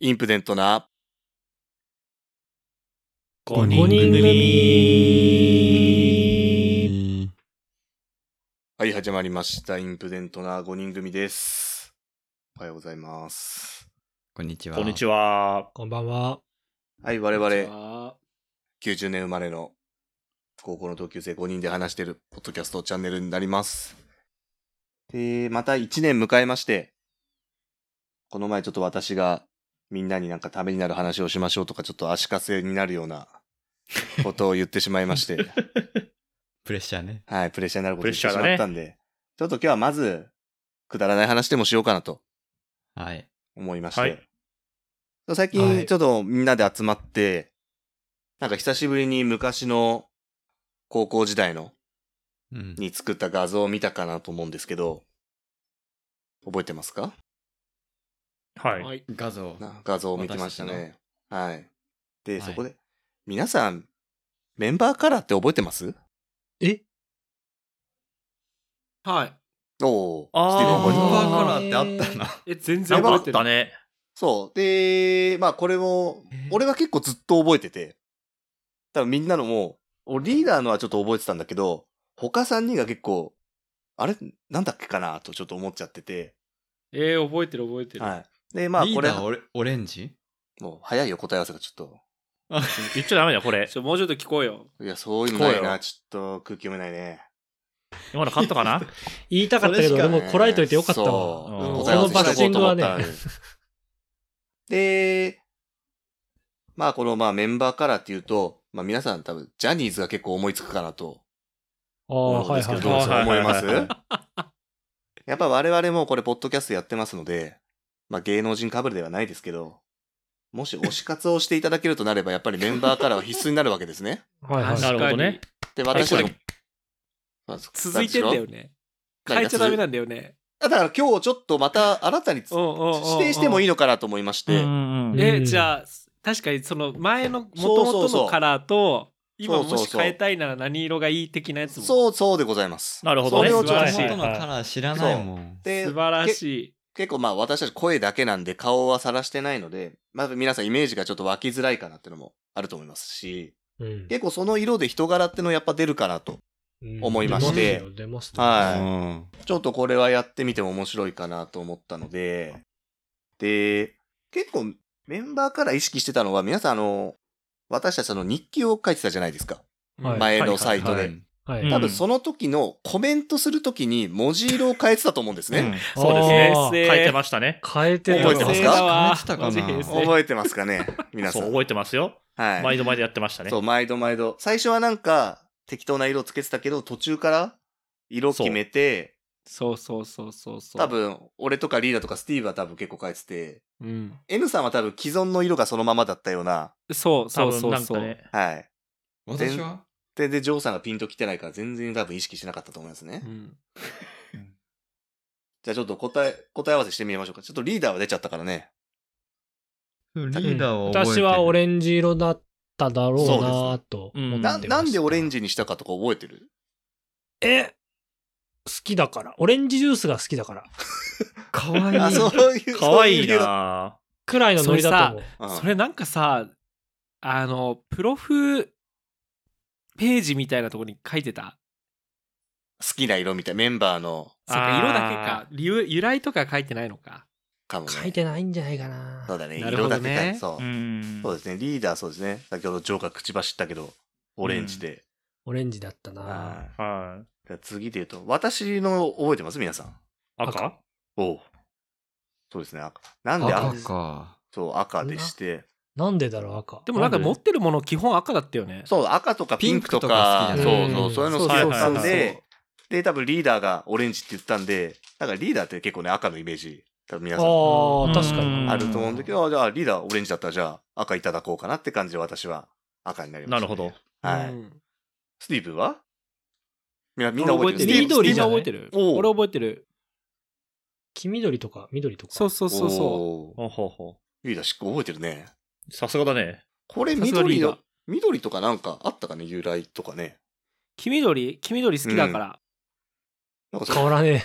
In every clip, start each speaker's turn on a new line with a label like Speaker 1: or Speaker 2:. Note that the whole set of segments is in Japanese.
Speaker 1: インプデントな
Speaker 2: 5人組
Speaker 1: はい、始まりました。インプデントな5人組です。おはようございます。
Speaker 3: こんにちは。
Speaker 2: こんにちは。
Speaker 4: こんばんは。
Speaker 1: はい、我々
Speaker 4: 々。
Speaker 1: 90年生まれの高校の同級生5人で話してるポッドキャストチャンネルになります。で、また1年迎えまして、この前ちょっと私がみんなになんかためになる話をしましょうとかちょっと足かせになるようなことを言ってしまいまして、
Speaker 3: プレッシャーね。
Speaker 1: はい、プレッシャーになることを言ってし
Speaker 2: プレッシャーだ
Speaker 1: ま
Speaker 2: ね
Speaker 1: ったんで、ちょっと今日はまずくだらない話でもしようかなと。
Speaker 3: はい。
Speaker 1: 思いまして。
Speaker 2: はい
Speaker 1: 最
Speaker 4: は
Speaker 1: 近
Speaker 4: い
Speaker 1: ちょっとみんなで集まって、なんか久しぶりに昔の高校時代の
Speaker 3: うん。
Speaker 1: に作った画像を見たかなと思うんですけど、覚えてますか
Speaker 2: はい。
Speaker 4: はい。
Speaker 3: 画像。
Speaker 1: な画像を見てましたね。はい。で、
Speaker 3: はい
Speaker 1: そこで、皆さん、メンバーカラーって覚えてます
Speaker 4: はい。
Speaker 1: おおー、ス
Speaker 2: あー
Speaker 1: ティーブン覚えてます
Speaker 3: バーカラーってあったな
Speaker 4: えー。え、全然
Speaker 2: なんかあ
Speaker 4: 覚え
Speaker 2: ってた
Speaker 4: る。
Speaker 2: ね。
Speaker 1: そう。で、まあこれも、俺は結構ずっと覚えてて、多分みんなのも、俺リーダーのはちょっと覚えてたんだけど、他3人が結構、あれなんだっけかなとちょっと思っちゃってて。
Speaker 4: えー、覚えてる覚えてる。
Speaker 1: はい。で、まあ
Speaker 3: リ
Speaker 1: こ
Speaker 3: ー
Speaker 1: れ
Speaker 3: ダ、ーオレオレンジ
Speaker 1: もう早いよ答え合わせがちょっ
Speaker 2: 言っちゃダメだよ、これ。
Speaker 4: ちょ、もうちょっと聞こうよ。
Speaker 1: と。いや、そういうのない
Speaker 2: 聞こう
Speaker 1: な。
Speaker 2: よ
Speaker 1: ちょっと空気読めないね。
Speaker 2: 今のカットかな
Speaker 5: 言いたかったけ
Speaker 3: そ
Speaker 5: ど、
Speaker 3: れ
Speaker 5: 俺
Speaker 3: しか
Speaker 5: もこらえといてよかったわ。
Speaker 1: そう
Speaker 2: うん
Speaker 1: 答え合わせしとこうと思ったのに
Speaker 5: このバッシングはね
Speaker 1: で、まあこのまあメンバーカラーっていうと、まあ皆さん多分ジャニーズが結構思いつくかなと
Speaker 5: あ
Speaker 1: 思
Speaker 5: あ、
Speaker 1: うん
Speaker 5: は
Speaker 1: で
Speaker 5: い
Speaker 1: すけ
Speaker 5: は
Speaker 1: ど、
Speaker 5: い。
Speaker 1: どうですか
Speaker 2: はい
Speaker 1: 思
Speaker 2: はいい
Speaker 1: ます
Speaker 2: はいはい
Speaker 1: やっぱ我々もこれ、ポッドキャストやってますので、まあ芸能人かぶれではないですけど、もし推し活をしていただけるとなれば、やっぱりメンバーカラーは必須になるわけですね。
Speaker 5: はいはい
Speaker 4: 確
Speaker 2: な
Speaker 4: か
Speaker 2: る
Speaker 4: に
Speaker 2: ほどね。
Speaker 1: で、私たち
Speaker 2: は
Speaker 1: も
Speaker 2: いこ
Speaker 1: まあ
Speaker 4: 続いてんだよね。変えちゃダメなんだよね。
Speaker 1: だから今日ちょっとまた新たにつ
Speaker 4: うんうんうんうん
Speaker 1: 指定してもいいのかなと思いまして、
Speaker 2: ん
Speaker 5: ね
Speaker 4: え、
Speaker 5: うん
Speaker 4: じゃあ、確かにその前の元
Speaker 1: そうそう
Speaker 4: 々
Speaker 1: そう
Speaker 4: のカラーと、今
Speaker 1: そうそう
Speaker 4: も
Speaker 1: そう
Speaker 4: し変えたいなら何色がいい的なやつも。
Speaker 1: そうそうでございます。
Speaker 2: なるほどね
Speaker 1: それをちょっと
Speaker 2: 素晴らし
Speaker 3: 元
Speaker 2: い
Speaker 3: のカラー知らないもん。
Speaker 1: で
Speaker 4: 素晴ら
Speaker 1: け
Speaker 4: しい。
Speaker 1: 結構まあ私たち声だけなんで顔はさらしてないので、まず皆さんイメージがちょっと湧きづらいかなってのもあると思いますし、
Speaker 5: うん
Speaker 1: 結構その色で人柄ってのやっぱ出るかなと。思いまして
Speaker 5: 出ますよ出ますね
Speaker 1: は
Speaker 3: う
Speaker 1: い。
Speaker 3: ん。
Speaker 1: ちょっとこれはやってみても面白いかなと思ったので、で、結構メンバーから意識してたのは、皆さんあの、私たちあの日記を書いてたじゃないですか。
Speaker 5: はい
Speaker 1: 前のサイト
Speaker 3: は
Speaker 1: で
Speaker 3: い。
Speaker 5: はい。
Speaker 2: うん
Speaker 1: 多分その時のコメントする時に文字色を変えてたと思うんですね。
Speaker 2: うんそうですね。
Speaker 5: あ
Speaker 2: 書
Speaker 4: ー
Speaker 2: いてましたね。
Speaker 5: 変えてるわ
Speaker 1: 覚えてますか
Speaker 3: 覚えてたかな
Speaker 4: 覚
Speaker 1: 覚えてますかね皆さ
Speaker 2: そ
Speaker 1: ん。
Speaker 2: う、覚えてますよ。
Speaker 1: はい。
Speaker 2: 毎度毎度やってましたね
Speaker 1: そ。う、毎度毎度。最初はなんか適当な色つけてたけど、途中から色決めて、
Speaker 4: そうそうそうそうそう。
Speaker 1: 多。分俺とかリーダーとかスティーブは多分結構変えてて、
Speaker 4: うん。
Speaker 1: N さんは多分既存の色がそのままだったような、
Speaker 4: そう
Speaker 2: 多
Speaker 4: そう
Speaker 2: 分
Speaker 4: そう
Speaker 2: なん
Speaker 4: そ
Speaker 2: か
Speaker 4: う。
Speaker 2: ね。
Speaker 1: はい。
Speaker 3: 私は
Speaker 1: で、で、ジョーさんがピンと来てないから全然多分意識しなかったと思いますね。
Speaker 4: うん
Speaker 1: じゃあちょっと答え、答え合わせしてみましょうか。ちょっとリーダーは出ちゃったからね。
Speaker 3: リ
Speaker 5: うん
Speaker 3: ーダーを覚えてる。
Speaker 5: 私はオ
Speaker 3: ン
Speaker 5: レンジ色だっただろうなと
Speaker 2: そうですねう
Speaker 5: 思
Speaker 2: ん
Speaker 5: って
Speaker 1: な、
Speaker 5: ました。
Speaker 1: なんでオレンジにしたかとか覚えてる
Speaker 5: え好きだから。オレンジジュースが好きだから。
Speaker 3: ジ。かわいい。
Speaker 1: あ、 そういう。
Speaker 2: かわいい
Speaker 1: そうう理由だ
Speaker 2: な
Speaker 5: くらいのノリだと思う。
Speaker 1: うん
Speaker 4: それなんかさあのプロフページみたいなところに書いてた
Speaker 1: 好きな色みたい。メンバーの、
Speaker 4: そっか
Speaker 2: あー
Speaker 4: 色だけか理由由来とか書いてないのか
Speaker 1: かもね。
Speaker 5: 書いてないんじゃないかな。
Speaker 1: そうだね。
Speaker 4: なる
Speaker 1: 色
Speaker 4: ほ
Speaker 1: だ
Speaker 4: ど
Speaker 1: け
Speaker 4: ね
Speaker 1: か。そう
Speaker 2: う。ん。
Speaker 1: そうですね。リーダーそうですね。先ほどジョーが口走ったけど、オレンジで。
Speaker 5: オレンジだったな。
Speaker 1: はい
Speaker 2: はい。
Speaker 1: じゃあ次で言うと、私の覚えてます皆さん。
Speaker 2: 赤
Speaker 1: おうそうですね。赤。なんで
Speaker 3: 赤
Speaker 1: 赤
Speaker 3: か。
Speaker 1: そう、赤でして。
Speaker 5: なんでだろう、赤。
Speaker 4: でもなんか
Speaker 2: なんで
Speaker 4: 持ってるもの基本赤だったよね
Speaker 1: そう、赤とかピンクとか、
Speaker 3: ピンク
Speaker 5: と
Speaker 1: そう
Speaker 5: か好きじゃ
Speaker 1: そう、
Speaker 5: ん
Speaker 1: そういうの好
Speaker 4: そう
Speaker 1: きだったん
Speaker 2: はいはい
Speaker 4: はいはい
Speaker 1: で、で、多分リーダーがオレンジって言ったんで、だからリーダーって結構ね、赤のイメージ、多分皆さん
Speaker 5: あ
Speaker 2: うん
Speaker 5: あ、確か
Speaker 2: う
Speaker 5: に。
Speaker 2: ん
Speaker 1: あると思うんだけど、あじゃあリーダーオレンジだったら、じゃあ赤いただこうかなって感じで私は赤になりま
Speaker 2: な
Speaker 1: した
Speaker 2: る
Speaker 1: ね、
Speaker 2: ほど。
Speaker 1: は
Speaker 4: う
Speaker 1: い。
Speaker 4: ん
Speaker 1: スティーブンはみんなみんな覚えてる
Speaker 4: 俺
Speaker 5: スティーブ
Speaker 4: 緑
Speaker 5: じゃない
Speaker 4: 覚えてる
Speaker 1: おう
Speaker 4: 俺覚えてる
Speaker 5: 黄緑とか緑とか。
Speaker 4: そうそうそうそ
Speaker 1: そ
Speaker 2: ほうほうほ
Speaker 1: う。リーダーしっかり覚えてるね。
Speaker 2: う。さすがだね。
Speaker 1: これ
Speaker 4: さすがリ
Speaker 1: 緑
Speaker 4: ーダ
Speaker 1: の
Speaker 4: ー、
Speaker 1: 緑とかなんかあったかね由来とかね。
Speaker 4: う黄緑黄緑好きだから
Speaker 1: なんかそ
Speaker 5: 変わらね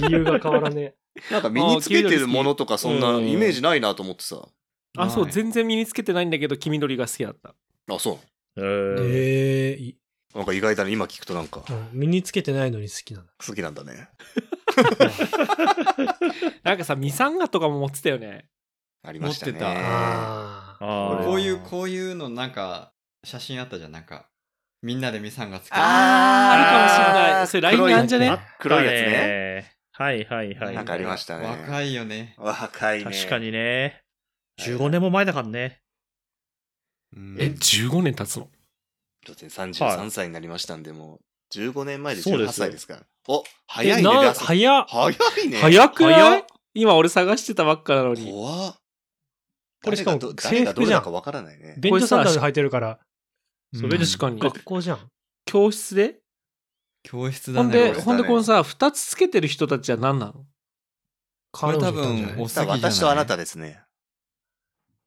Speaker 5: 理由が変わらね
Speaker 1: なんか身につけてるものとかそんなイメージないなと思ってさ。
Speaker 4: あそう
Speaker 3: はい
Speaker 4: 全然身につけてないんだけど黄緑が好きだった
Speaker 1: あ、そ。
Speaker 2: え
Speaker 5: え。
Speaker 2: ー
Speaker 5: ええいう
Speaker 1: なんか意外だね。今聞くとなんか
Speaker 5: うん身につけてないのに好きなんだ。
Speaker 1: 好きなんだね。
Speaker 4: なんかさミサンガとかも持ってたよね
Speaker 1: ありましたね。
Speaker 3: 持ってた
Speaker 5: ああ。
Speaker 2: あー
Speaker 3: こういう、こういうのなんか、写真あったじゃん、なんか。みんなでミサンがつけて
Speaker 4: あるかもしれないそれ LINE なんじゃ
Speaker 2: あ
Speaker 4: ね
Speaker 2: ったね
Speaker 1: 黒いやつね。
Speaker 2: はいはいはい。
Speaker 1: なんかありましたね
Speaker 3: 若いよね。
Speaker 1: 若いね。
Speaker 2: 確かにね。
Speaker 1: はい
Speaker 2: 15年も前だからね。
Speaker 3: うん
Speaker 4: え15年経つの
Speaker 1: 突然33歳になりましたんで、もう15年前で18歳ですから。お
Speaker 5: え
Speaker 1: 早いね。
Speaker 5: な
Speaker 1: 出す
Speaker 5: 早っ。
Speaker 1: 早いね。
Speaker 4: 早くな
Speaker 2: 早
Speaker 4: い
Speaker 2: っ
Speaker 4: 今俺探してたばっかなのに
Speaker 1: 怖っ
Speaker 5: これしかも
Speaker 1: 誰がど誰がど
Speaker 5: 制服
Speaker 1: れ
Speaker 5: じゃ
Speaker 1: だ
Speaker 5: ん
Speaker 1: かわからないね。
Speaker 5: ベンチサンダル履いてるから、
Speaker 4: それでしかに
Speaker 5: 学校じゃん。
Speaker 4: 教室で
Speaker 3: 教室
Speaker 4: ほ
Speaker 3: だ
Speaker 4: ん
Speaker 3: ね。
Speaker 4: で、
Speaker 3: これ
Speaker 4: ほんでこのさ2つつけてる人たちは何なの
Speaker 5: 彼女いたんじ
Speaker 3: これ多
Speaker 5: ゃな
Speaker 3: 分
Speaker 5: い
Speaker 3: お
Speaker 1: さあ私とあなたですね。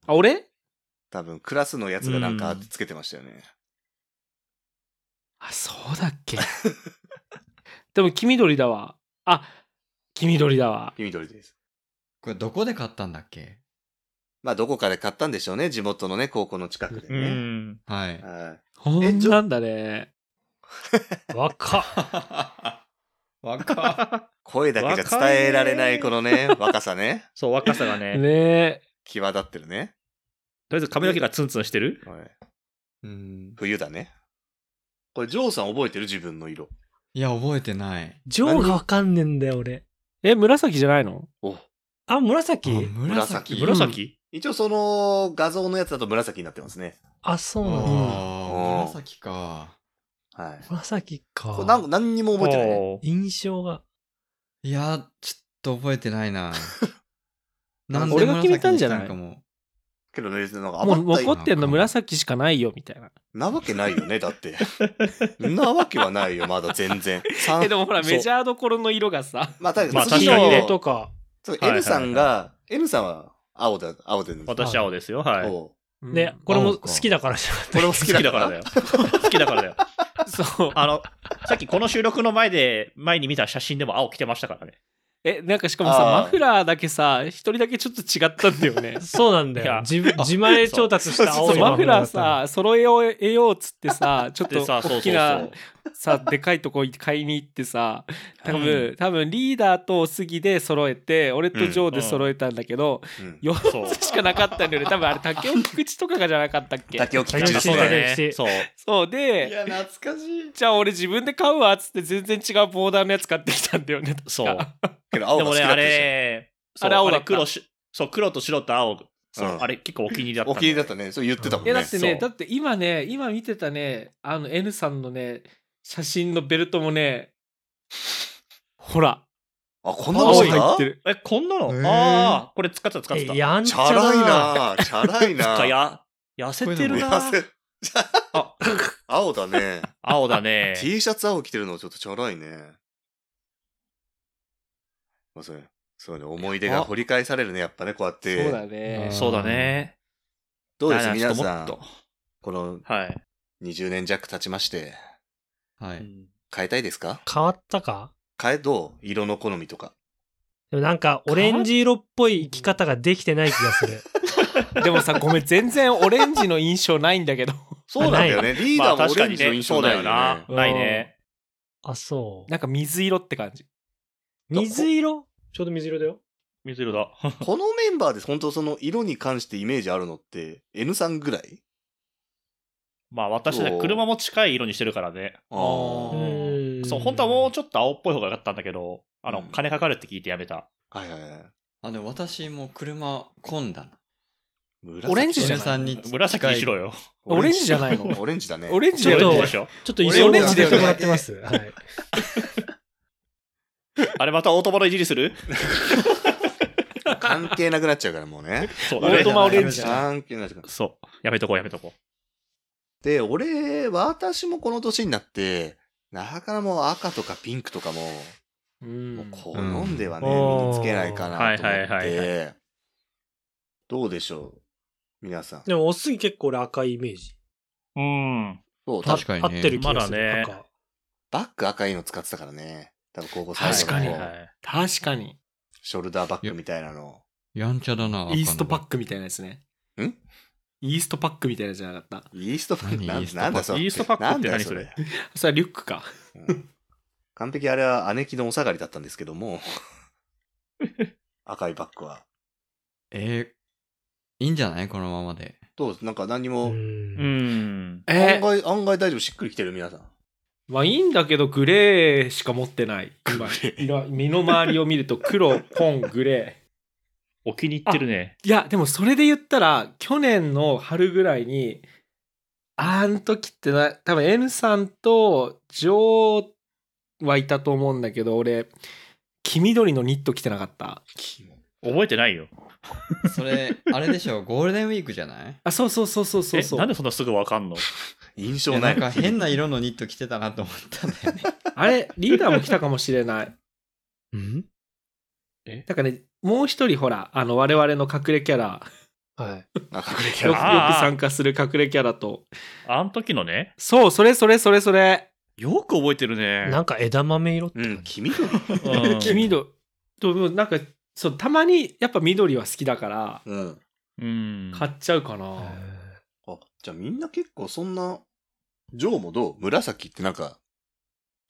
Speaker 4: あ俺
Speaker 1: 多分クラスのやつがなんか
Speaker 2: うん
Speaker 1: つけてましたよね。
Speaker 4: あそうだっけ でも黄緑だわあ黄緑だわ
Speaker 1: 黄緑です。
Speaker 3: これどこで買ったんだっけ
Speaker 1: まあどこかで買ったんでしょうね。地元のね、高校の近くで
Speaker 2: う
Speaker 1: ね。
Speaker 2: ん。
Speaker 3: はい。
Speaker 1: はい
Speaker 4: ほ
Speaker 1: え
Speaker 4: ん
Speaker 1: ちょ
Speaker 4: なんだね
Speaker 5: 若っ。
Speaker 3: 若っ
Speaker 1: 声だけじゃ伝えられないこのね、若さね。
Speaker 2: そう、若さが ね。
Speaker 4: ねえ
Speaker 1: 際立ってるね。
Speaker 2: とりあえず髪の毛がツンツンしてる
Speaker 1: はい
Speaker 3: うん。
Speaker 1: 冬だね。これ、ジョーさん覚えてる自分の色。
Speaker 3: いや、覚えてない。
Speaker 5: ジョーがわかんねえんだよ、俺。
Speaker 4: え紫じゃないの
Speaker 5: あ、
Speaker 3: あ
Speaker 5: 紫
Speaker 3: 紫
Speaker 1: 紫
Speaker 2: 紫、
Speaker 1: 一応その画像のやつだと紫になってますね。
Speaker 5: あ、そうなんだ。
Speaker 3: あー紫か。
Speaker 1: はい。
Speaker 5: 紫
Speaker 1: これ
Speaker 5: か。
Speaker 1: なん何にも覚えてないね。
Speaker 2: おー
Speaker 5: 印象が。
Speaker 3: いや、ちょっと覚えてないな。
Speaker 4: なんで俺が決めたんじゃない
Speaker 3: 紫にしたんかも
Speaker 1: けどね、なんか余
Speaker 4: もう
Speaker 1: った
Speaker 4: 残
Speaker 1: よ
Speaker 4: ってんの紫しかないよみたいな
Speaker 1: なわけないよね、だって。なわけはないよ、まだ全然。三
Speaker 4: え でもほら
Speaker 2: そう
Speaker 4: メジャーどころの色がさ
Speaker 1: まあ、確
Speaker 2: ま
Speaker 1: か
Speaker 2: あ
Speaker 1: に、
Speaker 2: 確
Speaker 1: 次
Speaker 2: かにね
Speaker 1: の
Speaker 5: 色とか。
Speaker 1: そう
Speaker 2: はいはいはい
Speaker 1: N さんが、N さんは青だ、青で、
Speaker 2: 私青ですよ。はい。
Speaker 1: おう
Speaker 5: で、これも好きだからじゃなくて
Speaker 1: これも好
Speaker 2: 好
Speaker 1: き
Speaker 2: き
Speaker 1: だ
Speaker 2: だ
Speaker 1: か
Speaker 2: かららだ よ。好きだからだよ。
Speaker 4: そう
Speaker 2: あの、さっきこの収録の前で、前に見た写真でも青着てましたからね。
Speaker 4: えなんかしかも
Speaker 1: あ
Speaker 4: さ
Speaker 1: ー
Speaker 4: マフラーだけさ一人だけちょっと違ったんだよね
Speaker 5: そうなんだ
Speaker 2: い
Speaker 5: よ
Speaker 2: や。
Speaker 5: 自分自前調達した
Speaker 4: そ
Speaker 5: 青
Speaker 4: う
Speaker 5: い
Speaker 4: マフラー
Speaker 5: マ
Speaker 4: さ揃えようえようっつって さちょっと
Speaker 2: でさ、そう
Speaker 4: 大
Speaker 2: そ
Speaker 4: き
Speaker 2: うそ
Speaker 4: な
Speaker 2: う。
Speaker 4: さでかいとこ買いに行ってさ多分、
Speaker 2: う
Speaker 4: 多分リーダーとおすぎで揃えて俺とジョーで揃えたんだけど、
Speaker 1: うん
Speaker 4: 四
Speaker 2: そう
Speaker 4: 4つしかなかったんだよね多分あれ竹尾菊池とかがじゃなかったっけ
Speaker 1: 竹置
Speaker 5: 竹
Speaker 1: 口
Speaker 5: 内
Speaker 1: で
Speaker 2: あ
Speaker 1: す
Speaker 2: そう
Speaker 1: ね
Speaker 2: だ。ね
Speaker 5: 竹内。
Speaker 2: そう。
Speaker 4: そう
Speaker 3: い
Speaker 4: で
Speaker 3: や、懐かしい。
Speaker 4: じゃあ俺自分で買うわっつって全然違うボーダーのやつ買ってきたんだよね確か
Speaker 2: そう。
Speaker 1: けど青
Speaker 2: で
Speaker 1: が
Speaker 2: も
Speaker 1: 好き
Speaker 2: ね、
Speaker 1: だ
Speaker 2: あ
Speaker 1: ったでしょ
Speaker 2: れ、そう
Speaker 4: あれ青だった
Speaker 2: あ黒し、そう、黒と白と青。そう、
Speaker 1: うん
Speaker 2: あれ結構お気に入りだった。
Speaker 1: お気に入りだった。ね。そう言ってたもん
Speaker 4: いやだ
Speaker 1: ね
Speaker 4: っ。てね
Speaker 2: そう
Speaker 4: だって今ね今見てたねあの N さんのね写真のベルトもねほら
Speaker 1: あ、こんなの
Speaker 4: 青
Speaker 1: し
Speaker 4: い
Speaker 1: た
Speaker 4: 入ってる
Speaker 2: え、こんなの
Speaker 3: へー
Speaker 2: ああ、これ使ってた使ってた。
Speaker 5: えやん
Speaker 1: チ
Speaker 5: ち
Speaker 1: ャ
Speaker 5: ゃ
Speaker 1: ラい
Speaker 5: だな。
Speaker 1: なチャラい
Speaker 2: つか
Speaker 1: な
Speaker 2: や、痩せてるな
Speaker 1: 痩。せ
Speaker 2: あ
Speaker 1: 青だ ね。
Speaker 2: 青だ ね。
Speaker 1: T シャツ青着てるのちょっとチャラいね。まあ、それ、そうね、思い出が掘り返されるね、やっぱね、こうやっ
Speaker 4: そう
Speaker 1: て。
Speaker 4: だね
Speaker 2: そうだね。
Speaker 1: どうです、
Speaker 2: だか
Speaker 1: 皆
Speaker 2: らちょっと
Speaker 1: さ
Speaker 2: もっ
Speaker 1: ん
Speaker 2: と。
Speaker 1: この
Speaker 2: はい。
Speaker 1: 20年弱経ちまして、
Speaker 3: は
Speaker 2: う
Speaker 3: い。
Speaker 2: ん
Speaker 1: 変えたいですか
Speaker 5: 変わったか
Speaker 1: 変え、どう色の好みとか。
Speaker 5: でもなんか、オレンジ色っぽい生き方ができてない気がする。
Speaker 4: でもさごめん全然オレンジの印象ないんだけ ど
Speaker 1: そうなんだよね。リー
Speaker 2: ま
Speaker 1: ダ
Speaker 2: あ
Speaker 1: ーもオ
Speaker 2: 確か
Speaker 1: レン
Speaker 2: に
Speaker 1: ジの
Speaker 2: ね、
Speaker 1: 印
Speaker 2: そ
Speaker 1: 象
Speaker 2: う
Speaker 1: な
Speaker 2: だ
Speaker 1: いよ
Speaker 2: よ
Speaker 1: ね。
Speaker 2: な。ないね。
Speaker 5: あ、そう。
Speaker 4: なんか水色って感じ
Speaker 5: 水色ちょうど水色だよ。
Speaker 2: 水色だ。
Speaker 1: このメンバーで本当その色に関してイメージあるのって、N さんぐらい
Speaker 2: まあ私
Speaker 1: そ
Speaker 2: ね
Speaker 1: う、
Speaker 2: 車も近い色にしてるからね。
Speaker 1: あ
Speaker 4: ー
Speaker 1: ー
Speaker 4: ー
Speaker 2: そう、本当はもうちょっと青っぽい方が良かったんだけど、あ
Speaker 1: う
Speaker 2: の
Speaker 1: ん、
Speaker 2: 金かかるって聞いてやめた。
Speaker 1: はいはいはい。
Speaker 3: あ、でも私も車混んだな。
Speaker 1: 紫
Speaker 4: オレンジじゃ
Speaker 3: 嫁
Speaker 4: ない
Speaker 3: さんに。
Speaker 2: 紫にしろ
Speaker 3: よ。
Speaker 2: よ。
Speaker 4: オレンジじゃないの
Speaker 1: オレンジだね。
Speaker 4: オレンジだ
Speaker 5: ちょ
Speaker 4: よ
Speaker 5: っ
Speaker 4: ね
Speaker 5: と
Speaker 2: で しょ
Speaker 5: ちょっと衣装
Speaker 4: オ
Speaker 5: を
Speaker 4: レンジだ
Speaker 5: 教
Speaker 4: よね
Speaker 5: えてもらってます。はい。
Speaker 2: あれまたオートマのいじりする
Speaker 1: 関係なくなっちゃうからもうね。
Speaker 2: そう
Speaker 4: オ
Speaker 2: だ
Speaker 4: ート
Speaker 2: ね。
Speaker 4: マオレンジだ
Speaker 1: 関係なくなっちゃう。
Speaker 2: そう。やめとこう、やめとこ
Speaker 1: で、俺、私もこの年になって、なかなかもう赤とかピンクとかも、
Speaker 4: うん
Speaker 1: もう好んではね、
Speaker 5: う
Speaker 1: 身
Speaker 5: ん
Speaker 1: につけないかなと思
Speaker 2: はい
Speaker 1: っ
Speaker 2: はいはい
Speaker 1: て、どうでしょう皆さん。
Speaker 5: でも、おすぎ結構俺赤いイメージ。
Speaker 2: う。うん。
Speaker 1: そう、
Speaker 3: 確かにね
Speaker 5: 合ってる気がする。
Speaker 2: まだね
Speaker 5: 赤
Speaker 1: バック赤いの使ってたからね。多分高校
Speaker 4: 確かに
Speaker 1: 最後の
Speaker 2: は
Speaker 1: こう
Speaker 2: い
Speaker 4: 確かに。
Speaker 1: ショルダーバッグみたいなのを
Speaker 3: やんちゃだな。
Speaker 4: イーストパッ
Speaker 3: ク。
Speaker 4: クみたいなやつね。
Speaker 1: ん
Speaker 4: イーストパックみたいなやつじゃなかった。
Speaker 1: イーストパック
Speaker 3: 何
Speaker 1: なん
Speaker 3: イーストパック
Speaker 1: なんだそれ
Speaker 2: イーストパックって
Speaker 1: なんだよ
Speaker 2: 何それ
Speaker 4: それはリュックか。
Speaker 1: うん完璧あれは姉貴のお下がりだったんですけども赤いバッグは
Speaker 3: えー、いいんじゃないこのままで。
Speaker 1: どうですなんか何にも、
Speaker 2: う
Speaker 5: うん
Speaker 2: ん。
Speaker 1: 案
Speaker 4: えー
Speaker 1: 外案外大丈夫しっくりきてる皆さん
Speaker 4: まあいいんだけど、グレーしか持ってない。今今身の回りを見ると、黒、紺、グレ
Speaker 2: お気に入ってるね。
Speaker 4: ー。いや、でもそれで言ったら、去年の春ぐらいに、あん時ってな、多分 N さんとジョーはいたと思うんだけど、俺、黄緑のニット着てなかった。
Speaker 2: 覚えてないよ。
Speaker 3: それ、あれでしょ、ゴールデンウィークじゃない
Speaker 4: あ、そうそうそうそうそう
Speaker 2: え
Speaker 4: そう。
Speaker 2: なんでそんなすぐわかんの
Speaker 1: 印
Speaker 3: い
Speaker 1: 象
Speaker 3: や
Speaker 1: な
Speaker 3: ないんか変な色のニット着てたなと思ったんだ よね。
Speaker 4: あれ、リーダーも来たかもしれない。
Speaker 3: うん
Speaker 4: だからね、もう一人ほら、あの、我々の隠れキャラ、
Speaker 5: はい。
Speaker 1: あ隠れキャ
Speaker 4: よくよく
Speaker 1: ラ
Speaker 2: あー
Speaker 4: 参加する隠れキャラと、
Speaker 2: あの時のね。
Speaker 4: そう、それそれそれそれ、
Speaker 2: よく覚えてるね。
Speaker 5: なんか枝豆色って
Speaker 1: う
Speaker 5: 感
Speaker 1: ん
Speaker 5: じ。
Speaker 1: 黄緑
Speaker 2: うん
Speaker 4: 黄緑、となんか、そう、たまにやっぱ緑は好きだから、
Speaker 1: うん
Speaker 2: うん。
Speaker 4: 買っちゃうかな。
Speaker 5: へ
Speaker 1: あじゃあみんな結構そんなジョーもどう紫ってなんか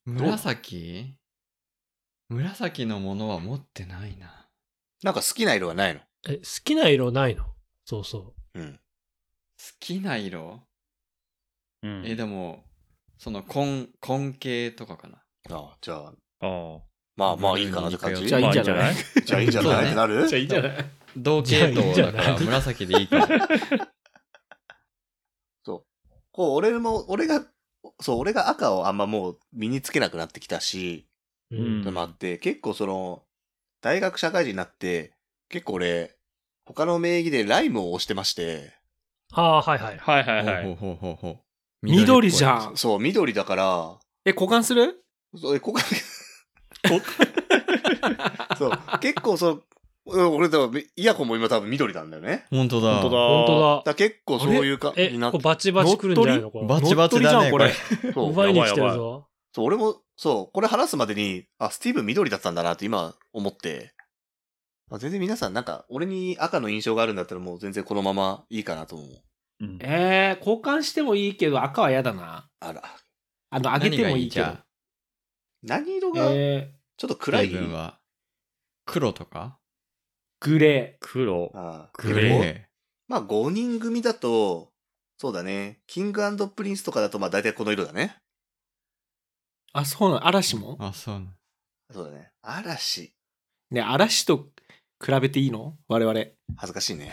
Speaker 3: 紫紫のものは持ってないな。
Speaker 1: なんか好きな色はないの
Speaker 5: え、好きな色ないのそうそ
Speaker 1: うん
Speaker 3: 好きな色
Speaker 2: うん
Speaker 3: え、でも、その紺、紺系とかかな。
Speaker 1: あじゃあ
Speaker 2: あ
Speaker 1: まあまあいいかなって感じ
Speaker 4: じゃあいいんじゃ
Speaker 2: まあ
Speaker 4: ない
Speaker 2: いいん
Speaker 1: じゃあいいんじゃないってなる
Speaker 4: じゃあいいんじゃない
Speaker 3: 同系統だか
Speaker 5: じゃあいいんじゃ
Speaker 3: ら
Speaker 5: ない
Speaker 3: 紫でいいかも。
Speaker 1: こう俺も俺がそう俺が赤をあんまもう身につけなくなってきたし
Speaker 5: う。
Speaker 2: うん
Speaker 1: のもあって、結構その、大学社会人になって、結構俺、他の名義でライムを押してまして、
Speaker 5: ああ、はいはい。
Speaker 2: はいはいは
Speaker 3: ほう
Speaker 2: い。
Speaker 3: ほうほうほうほう
Speaker 4: 緑じゃん。
Speaker 1: そう、緑だから、
Speaker 4: え、交換する
Speaker 1: そう、えこ そう、結構その、うん俺多分、イヤホンも今多分緑なんだよね。
Speaker 3: 本当だ。
Speaker 2: 本当だ
Speaker 5: 本当
Speaker 1: だから結構そういうか、
Speaker 5: だ。え、
Speaker 1: になっ
Speaker 5: これバチバチくるんじゃないのこれ。
Speaker 3: バチバチだね、
Speaker 4: 乗
Speaker 3: こ
Speaker 4: っ取
Speaker 3: れ
Speaker 4: り。
Speaker 1: そう
Speaker 5: 奪いに来て
Speaker 2: やばいや
Speaker 5: る
Speaker 2: ばい
Speaker 5: ぞ。
Speaker 1: そう俺も、そう、これ話すまでに、あ、スティーブン緑だったんだなって今思って、まあ、全然皆さんなんか、俺に赤の印象があるんだったらもう全然このままいいかなと思う。
Speaker 2: うん
Speaker 4: えー、交換してもいいけど、赤は嫌だな。
Speaker 1: あら、
Speaker 4: あの、あげてもいいけど
Speaker 3: 何。
Speaker 1: 何色が、
Speaker 4: え
Speaker 1: ちょっと暗
Speaker 3: がい
Speaker 1: い
Speaker 3: いじゃん。成分は。黒とか
Speaker 4: ー、グレ
Speaker 2: 黒。
Speaker 1: ああ
Speaker 3: グ
Speaker 1: でも
Speaker 3: レ
Speaker 1: まあ5人組だと、そうだね。キングプリンスとかだとまあ大体この色だね。
Speaker 4: ー。あ、そうなの嵐も
Speaker 3: ー。あ、そうなの
Speaker 1: そうだね。嵐。
Speaker 4: ね、嵐と比べていいの我々。
Speaker 1: 恥ずかしいね。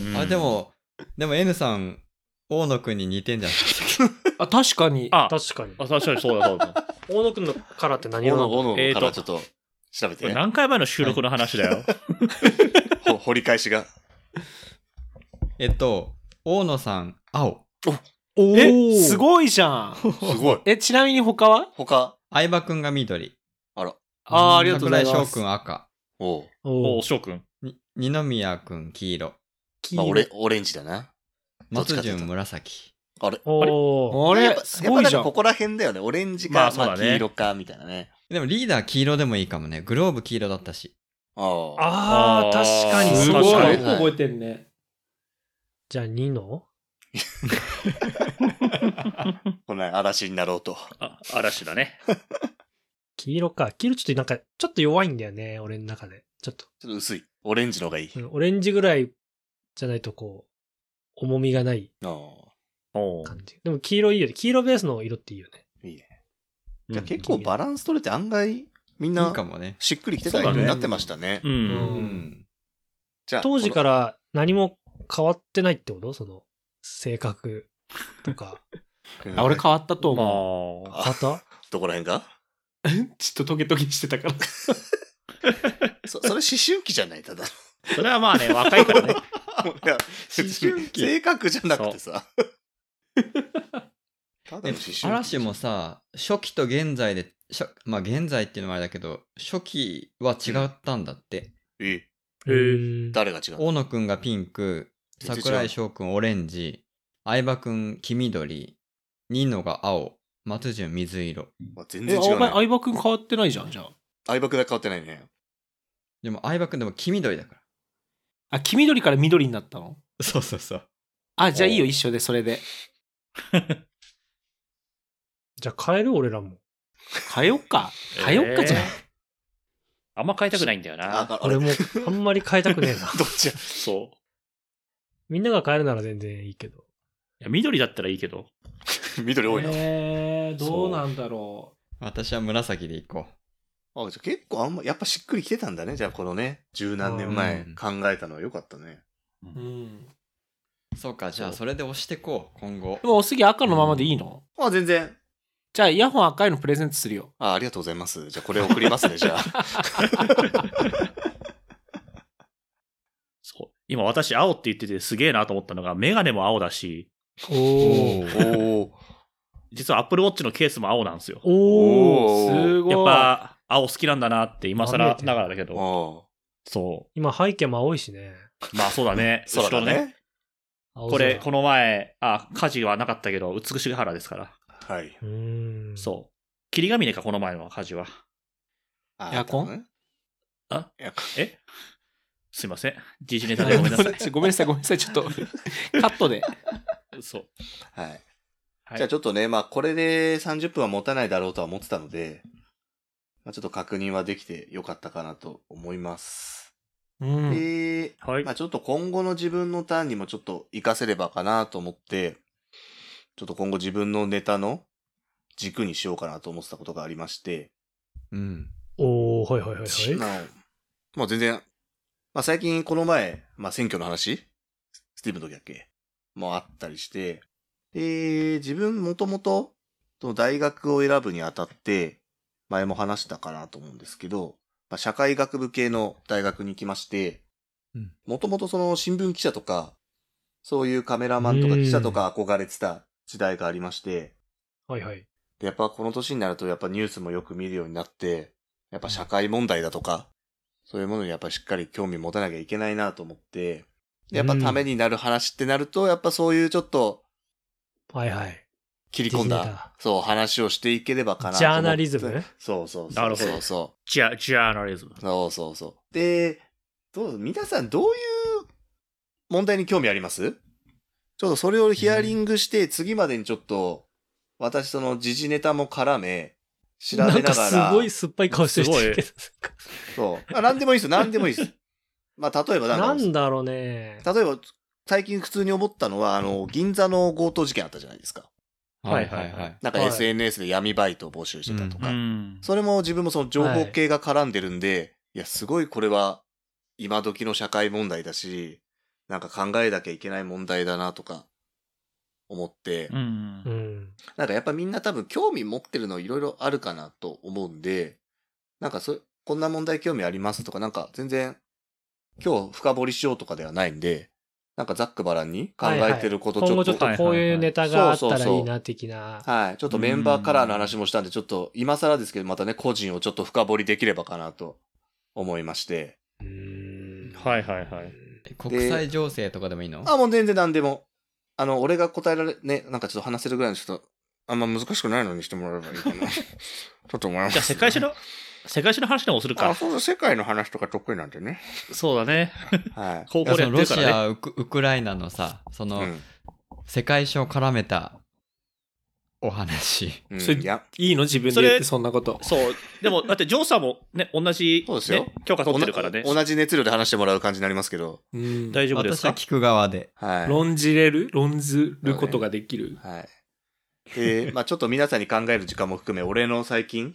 Speaker 2: うん
Speaker 3: あ、で。も、でも N さん、大野くんに似てんじゃん。
Speaker 4: あ、確かに。
Speaker 2: あ、
Speaker 5: 確かに。
Speaker 2: あ確かにそうだそうだ。
Speaker 5: 大野くんのカラーって何
Speaker 1: お
Speaker 5: 色な
Speaker 1: の
Speaker 5: の
Speaker 1: おの
Speaker 2: えー
Speaker 1: か
Speaker 2: と
Speaker 1: らちょっと調べ
Speaker 2: これ
Speaker 1: て。
Speaker 2: 何回前の収録の話だよ。
Speaker 1: ほ掘り返し が。
Speaker 3: えっと、大野さん、青。
Speaker 5: お
Speaker 4: え、す
Speaker 5: い。
Speaker 4: ごいじゃん。
Speaker 1: すごい。
Speaker 4: え、ちなみに他は
Speaker 1: 他。
Speaker 3: 相葉くんが緑。
Speaker 4: あーありがとうござい
Speaker 3: 桜
Speaker 4: ま
Speaker 3: 井翔
Speaker 4: す
Speaker 3: く。ん赤。
Speaker 1: おう。
Speaker 5: お
Speaker 2: お
Speaker 5: お
Speaker 2: う、、翔くん。
Speaker 3: に二宮くん黄色。
Speaker 1: まあ、俺、オレンジだな。どっちか
Speaker 3: 松
Speaker 1: っていうと
Speaker 3: 潤紫。
Speaker 1: あれ
Speaker 5: おお。
Speaker 4: あ
Speaker 1: やっ
Speaker 4: れ
Speaker 1: ぱ、
Speaker 4: す
Speaker 1: やっ
Speaker 4: ご
Speaker 1: ぱ
Speaker 4: い
Speaker 1: なん
Speaker 4: じゃ
Speaker 1: か
Speaker 4: ん。
Speaker 1: ここら辺だよね。オレンジか、
Speaker 2: まあそ
Speaker 1: ま
Speaker 2: うだ
Speaker 1: あ、
Speaker 2: ね
Speaker 1: 黄色か、みたいなね。
Speaker 3: でもリーダー黄色でもいいかもね。グローブ黄色だったし。
Speaker 1: ああ。
Speaker 5: ああ、
Speaker 2: あ
Speaker 5: 確
Speaker 2: ー
Speaker 5: かに
Speaker 4: す
Speaker 5: そ
Speaker 4: ご
Speaker 5: う
Speaker 4: い。
Speaker 5: か。
Speaker 1: はい
Speaker 4: よく覚えてんね。
Speaker 5: じゃあ2の
Speaker 1: この嵐になろうと。
Speaker 2: あ、嵐だね。
Speaker 5: 黄色か。黄色ちょっとなんか、ちょっと弱いんだよね、俺の中で。ちょっと。
Speaker 1: ちょっと薄い。オレンジの方がいい。
Speaker 5: うんオレンジぐらいじゃないとこう、重みがない
Speaker 1: あ
Speaker 2: おう
Speaker 5: 感じ。でも黄色いいよね。黄色ベースの色っていいよね。
Speaker 1: あ。いいね。じゃあ結構バランス取れて案外、みん
Speaker 3: いい
Speaker 1: な
Speaker 3: かもね。
Speaker 1: しっくりきてた色になってましたね
Speaker 2: う。。
Speaker 5: うんん
Speaker 3: うん。
Speaker 1: じゃあ
Speaker 5: 当時から何も変わってないってことその、性格 とか。
Speaker 1: うん
Speaker 4: あ、俺変わったと
Speaker 2: ま
Speaker 4: 思う。
Speaker 2: あ。
Speaker 5: また
Speaker 1: どこら辺が
Speaker 4: ちょっとトゲトゲしてたから。
Speaker 1: そそれ思春期じゃないただの
Speaker 2: それはまあね、若いからね。
Speaker 1: いや
Speaker 3: 思春期
Speaker 1: 性格じゃなくてさただの思春期
Speaker 3: 嵐もさ、初期と現在で、しょまあ現在っていうのもあれだけど、初期は違ったんだって。
Speaker 1: え
Speaker 5: へえ。
Speaker 1: 誰が違うの
Speaker 3: 大野くんがピンク、
Speaker 1: 全然違う
Speaker 3: 桜井翔くんオレンジ、相葉くん黄緑、ニノが青、松潤水色。
Speaker 1: まあ、全
Speaker 4: え
Speaker 1: 然
Speaker 4: あ
Speaker 1: 違
Speaker 4: お
Speaker 1: う
Speaker 4: 前
Speaker 1: ね。
Speaker 4: 相葉君変わってないじゃんじゃあ
Speaker 1: 相葉君が変わってないね。
Speaker 3: でも相葉くんでも黄緑だから。
Speaker 4: あ黄緑から緑になったの
Speaker 3: そうそうそう。
Speaker 4: あじゃあ
Speaker 1: おう
Speaker 4: いいよ一緒でそれで
Speaker 5: じゃあ変える俺らも。
Speaker 4: 変えよっか変えよっかじゃん、
Speaker 2: えーあんま変えたくないんだ
Speaker 1: あ
Speaker 2: よな。
Speaker 1: あれ
Speaker 5: 俺もあんまり変えたくね えな。
Speaker 1: どっちや
Speaker 2: そう。
Speaker 5: みんなが変えるなら全然いいけど。
Speaker 2: いや、緑だったらいいけど。
Speaker 1: 緑多いな。
Speaker 4: えー、どうなんだろ
Speaker 3: 私は紫で行こ
Speaker 1: あ、じゃあ結構あんま、やっぱしっくりきてたんだね。じゃあこのね、十何年前
Speaker 3: うん
Speaker 1: 考えたのは良かったね。
Speaker 4: う、うん、
Speaker 3: う。そうか、じゃあそれで押してこう、今後
Speaker 4: で。もおすぎ赤のままでいいの
Speaker 1: あ、全然。
Speaker 4: じゃあイヤホン赤いのプレゼントするよ
Speaker 1: あ、ありがとうございます。じゃあこれ送りますね、じゃあ。
Speaker 2: そう。今私、青って言っててすげえなと思ったのが、メガネも青だし、
Speaker 5: おー。
Speaker 1: おお。
Speaker 2: 実は Apple Watch のケースも青なんですよ。
Speaker 5: おー。
Speaker 4: すごい
Speaker 2: やっぱ、青好きなんだなって今更ながらだけど。
Speaker 1: お
Speaker 2: そ
Speaker 5: 今背景も青いしね。
Speaker 2: う。まあそうだね。
Speaker 1: そうだ
Speaker 2: 後ろね。
Speaker 1: ね。
Speaker 5: 青
Speaker 2: こ
Speaker 5: 空
Speaker 2: れ、この前、あ、火事はなかったけど、美しが原ですから。
Speaker 1: はい。
Speaker 5: うーん。
Speaker 2: そう。霧ヶ峰か、この前の火事は。
Speaker 1: あ
Speaker 4: エアコン
Speaker 1: あったのね
Speaker 2: あ
Speaker 1: エアコン
Speaker 2: えすいません。時事ネ
Speaker 4: あ
Speaker 2: タ でごめんなさ
Speaker 4: ごめんなさいごめんなさいごめんなさいちょっとカットで
Speaker 2: い。そう。
Speaker 1: はい。
Speaker 2: はい、
Speaker 1: じゃあちょっとね、まあこれで30分は持たないだろうとは思ってたので、まあちょっと確認はできてよかったかなと思います。
Speaker 4: うん
Speaker 1: で、
Speaker 2: はい
Speaker 1: まあちょっと今後の自分のターンにもちょっと活かせればかなと思って、ちょっと今後自分のネタの軸にしようかなと思ってたことがありまして、
Speaker 3: うん。
Speaker 5: おー、はいはいはいは
Speaker 1: まあまあ全然、まあ最近この前、まあ選挙の話スティーブの時だっけもあったりして、で、自分もともと、その大学を選ぶにあたって、前も話したかなと思うんですけど、まあ、社会学部系の大学に行きまして
Speaker 3: うん、
Speaker 1: もともとその新聞記者とか、そういうカメラマンとか記者とか憧れてた時代がありまして、
Speaker 5: い。はいはい。
Speaker 1: で、やっぱこの年になるとやっぱニュースもよく見るようになって、やっぱ社会問題だとか、そういうものにやっぱしっかり興味持たなきゃいけないなと思って、でやっぱためになる話ってなると、やっぱそういうちょっと
Speaker 5: はいはい。
Speaker 1: 切り込ん
Speaker 5: 時事ネタ
Speaker 1: だ、そう話をしていければかなと思って。
Speaker 5: ジャーナリズムね。
Speaker 1: そうそう
Speaker 2: な
Speaker 1: そ
Speaker 2: る
Speaker 1: う
Speaker 2: ほど
Speaker 1: そうそ
Speaker 2: ジャジャーナリズム
Speaker 1: う。。そうそうそう。で、どう、皆さんどういう問題に興味ありますちょっとそれをヒアリングして、次までにちょっと、私その時事ネタも絡め、調べながら。
Speaker 5: なんかすごい酸っぱい顔してる人いるけど。
Speaker 1: そう。あ、なんでもいいですよ。なんでもいいです。まあ、例えば
Speaker 5: な
Speaker 1: なん
Speaker 5: ん
Speaker 1: だ
Speaker 5: だろうね。
Speaker 1: ろう例えば、最近普通に思ったのは、あの、銀座の強盗事件あったじゃないですか。
Speaker 2: はいはいはい。
Speaker 1: なんか
Speaker 5: はい
Speaker 1: SNS で闇バイトを募集してたとか。
Speaker 2: ん。
Speaker 1: それも自分もその情報系が絡んでるんで、い、や、すごいこれは今時の社会問題だし、なんか考えなきゃいけない問題だなとか思って、
Speaker 2: うん
Speaker 5: う。ん。
Speaker 1: なんかやっぱみんな多分興味持ってるのいろいろあるかなと思うんで、なんかそこんな問題興味ありますとか、なんか全然今日深掘りしようとかではないんで、なんかざっくばらんに考えてること
Speaker 5: 今後ち
Speaker 1: ちょ
Speaker 5: ょっ
Speaker 1: っと、
Speaker 5: とこういうネタがあったらいいな、的な。
Speaker 1: はい、ちょっとメンバーカラーの話もしたんで、ちょっと今更ですけど、またね、個人をちょっと深掘りできればかなと思いまして。
Speaker 5: うーん
Speaker 2: はいはいはい。
Speaker 3: 国際情勢とかでもいいの
Speaker 1: あ、もう全然何でも。あの、俺が答えられ、ね、なんかちょっと話せるぐらいの、ちょっと、あんま難しくないのにしてもらえばいいか な。ちょっと思います。
Speaker 2: じゃあ、世界史の、世界史の話でもする
Speaker 1: あ、
Speaker 2: か。
Speaker 1: そうだ、世界の話とか得意なんでね。
Speaker 2: そうだね。
Speaker 1: はい。
Speaker 2: 高
Speaker 3: いや
Speaker 2: 校で
Speaker 3: そ
Speaker 2: や
Speaker 3: の
Speaker 2: って
Speaker 3: ロ
Speaker 2: る
Speaker 3: シ
Speaker 2: からね。
Speaker 3: ア、ウクウクライナのさ、その
Speaker 1: うん
Speaker 3: 世界史を絡めたお話。
Speaker 1: うん。
Speaker 4: それ
Speaker 1: いや、
Speaker 4: いいの自分で言ってそんなこと
Speaker 2: そう。でも、だって、ジョーさんもね、同じ、
Speaker 1: そうですよ
Speaker 2: ね許可取ってるからね。
Speaker 1: 同じ熱量で話してもらう感じになりますけど。
Speaker 4: うん
Speaker 2: 大丈夫です
Speaker 3: 私は
Speaker 2: か
Speaker 3: 聞く側で。
Speaker 1: はい。
Speaker 4: 論じれる論ずることができる、
Speaker 1: はい。で、 まあちょっと皆さんに考える時間も含め、俺の最近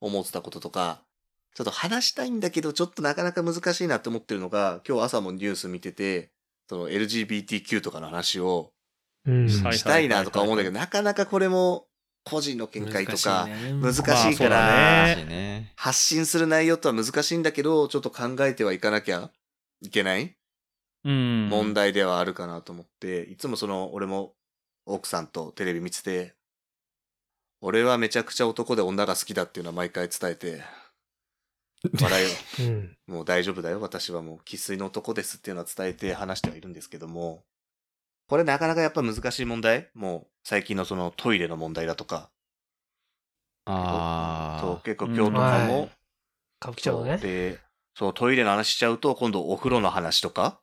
Speaker 1: 思ってたこととか、ちょっと話したいんだけど、ちょっとなかなか難しいなって思ってるのが、今日朝もニュース見てて、その LGBTQ とかの話を
Speaker 5: うん。
Speaker 2: はい
Speaker 1: したいなとか思うんだけど、なかなかこれも個人の見解とか、難し
Speaker 4: 難しい
Speaker 1: い
Speaker 4: ね
Speaker 2: まあ
Speaker 1: か
Speaker 2: そうだ
Speaker 1: ら、
Speaker 2: ね
Speaker 3: 話ね。
Speaker 1: 発信する内容とは難しいんだけど、ちょっと考えてはいかなきゃいけない
Speaker 2: うん。
Speaker 1: 問題ではあるかなと思って、いつもその、俺も奥さんとテレビ見てて、俺はめちゃくちゃ男で女が好きだっていうのは毎回伝えて、笑いを、
Speaker 5: うん。
Speaker 1: もう大丈夫だよ、私はもう生粋の男ですっていうのは伝えて話してはいるんですけども、これなかなかやっぱ難しい問題もう最近のそのトイレの問題だとか、
Speaker 3: あ
Speaker 1: そう
Speaker 3: あ。
Speaker 1: 結構今日とか
Speaker 5: うんは
Speaker 1: も
Speaker 5: い、歌舞伎町のね。
Speaker 1: で、そのトイレの話しちゃうと今度お風呂の話とか、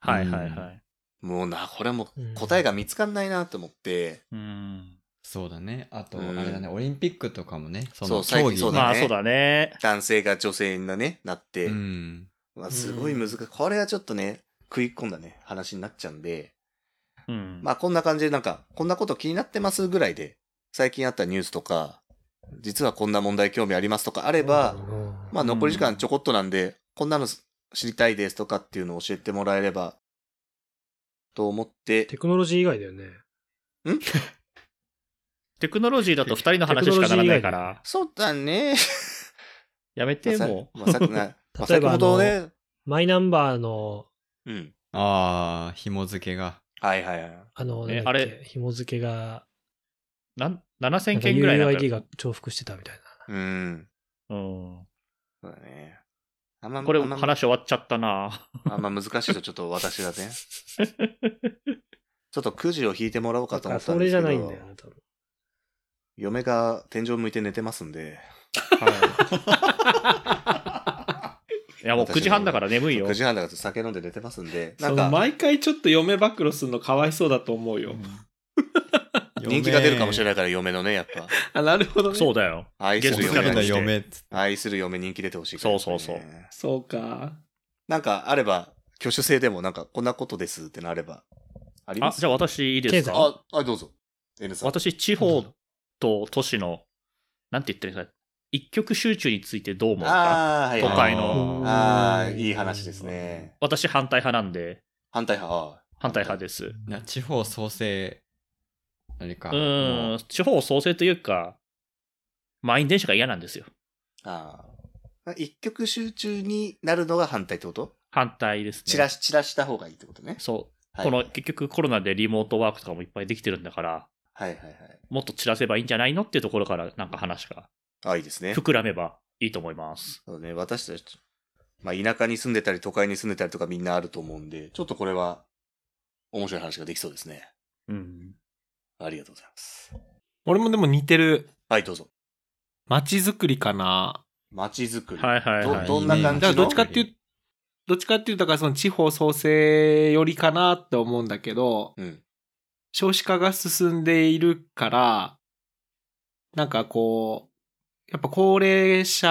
Speaker 2: はいはいはい。
Speaker 1: もうな、これも答えが見つかんないなと思って、
Speaker 2: うん。
Speaker 3: そうだね。あと、
Speaker 1: うん
Speaker 3: あれだね、オリンピックとかもね、そ
Speaker 1: そ
Speaker 3: の
Speaker 1: う最
Speaker 3: 競
Speaker 1: 近そ
Speaker 3: 技
Speaker 1: うだね
Speaker 2: まあそうだね。
Speaker 1: 男性が女性になね、なって、
Speaker 3: うん。
Speaker 1: まあ、すごい難しい。これはちょっとね、食い込んだね、話になっちゃうんで、
Speaker 2: うん。
Speaker 1: まあこんな感じでなんか、こんなこと気になってますぐらいで、最近あったニュースとか、実はこんな問題興味ありますとかあれば、
Speaker 5: うん
Speaker 1: まあ残り時間ちょこっとなんで、こんなの知りたいですとかっていうのを教えてもらえれば、と思って、
Speaker 5: テクノロジー以外だよね。
Speaker 2: テクノロジーだと二人の話しかならないから、
Speaker 1: そうだね。
Speaker 2: やめても
Speaker 1: まあさまあさくなまあ
Speaker 5: 例えば
Speaker 1: 先ほどね、
Speaker 5: マイナンバーの、
Speaker 1: うん。
Speaker 3: ああ、紐付けが。
Speaker 1: はいはいはい。
Speaker 5: あの、
Speaker 2: え
Speaker 5: なんだっけ
Speaker 2: あれ
Speaker 5: 紐付けが、
Speaker 2: う。なん
Speaker 5: な
Speaker 2: 7000
Speaker 5: んか
Speaker 2: 件ぐらいなん
Speaker 5: UID
Speaker 2: か
Speaker 5: が重複してたみたいな。
Speaker 1: うん。
Speaker 2: うん。
Speaker 1: そうだね。あんま、
Speaker 2: これ
Speaker 1: あんま
Speaker 2: 話終わっちゃったな。
Speaker 1: あんま難しいとちょっと私だね。ちょっとくじを引いてもらおうかと思ったん
Speaker 5: そ
Speaker 1: で
Speaker 5: れ
Speaker 1: す
Speaker 5: じ
Speaker 1: け
Speaker 5: ゃ
Speaker 1: ど。
Speaker 5: ないんだよね、多分。
Speaker 1: 嫁が天井向いて寝てますんで。
Speaker 2: いやもう9時半だから眠いよ
Speaker 1: 9。時半だから酒飲んで寝てますんで。な
Speaker 4: そ
Speaker 1: ん
Speaker 4: の
Speaker 1: か、
Speaker 4: 毎回ちょっと嫁暴露するのかわいそうだと思うよ。
Speaker 1: 人気が出るかもしれな
Speaker 3: ない。
Speaker 1: いから嫁のね、やっぱ。
Speaker 4: あ、なるほどね。
Speaker 2: そうだよ。
Speaker 1: 愛す
Speaker 2: ゲス
Speaker 1: る
Speaker 2: ト
Speaker 3: 嫁
Speaker 2: 来
Speaker 1: 嫁
Speaker 3: だ、
Speaker 2: た時にして
Speaker 3: 嫁。
Speaker 1: 愛する嫁人気出てほしいからね、
Speaker 2: そうそうそう
Speaker 4: そうか。
Speaker 1: なんかあれば、挙手制でもなんかこんなことですってなれば。あり
Speaker 2: あ
Speaker 1: ま、す
Speaker 2: じゃあ私いいです
Speaker 5: 経
Speaker 2: か
Speaker 5: 済
Speaker 1: あ、あどうぞ。N さん。
Speaker 2: 私、地方と都市の、なんて言ってるんですか、一極集中についてどう思うか。
Speaker 1: ああ、はい、
Speaker 2: 都会の
Speaker 3: の
Speaker 1: ああ、いい話ですね。
Speaker 2: 私、反対派なんで、
Speaker 1: 反対派。あー
Speaker 2: 反対派です。
Speaker 3: な地方創生、何か。
Speaker 2: う
Speaker 3: も
Speaker 2: ーん、地方創生というか、満員電車が嫌なんですよ。
Speaker 1: ああ。一極集中になるのが反対ってこと
Speaker 2: 反対ですね。
Speaker 1: 散らし、散らした方がいいってことね。
Speaker 2: そう。
Speaker 1: はい、
Speaker 2: この、結局コロナでリモートワークとかもいっぱいできてるんだから、
Speaker 1: はいはいはい。
Speaker 2: もっと散らせばいいんじゃないのっていうところから、なんか話が
Speaker 1: あ、いいですね。
Speaker 2: 膨らめばいいと思います。
Speaker 1: そうね、私たち、まあ田舎に住んでたり都会に住んでたりとかみんなあると思うんで、ちょっとこれは面白い話ができそうですね。
Speaker 2: うん。
Speaker 1: ありがとうございます。
Speaker 4: 俺もでも似てる。
Speaker 1: はい、どうぞ。
Speaker 4: 街づくりかな。
Speaker 1: 街づくり。
Speaker 2: はいはい
Speaker 1: ど
Speaker 2: はい。
Speaker 1: どんな感じ
Speaker 4: だ
Speaker 3: う
Speaker 4: から
Speaker 1: の
Speaker 4: どっちかっていう、どっちかっていうと、だからその地方創生よりかなって思うんだけど、
Speaker 1: うん。
Speaker 4: 少子化が進んでいるから、なんかこう、やっぱ高齢者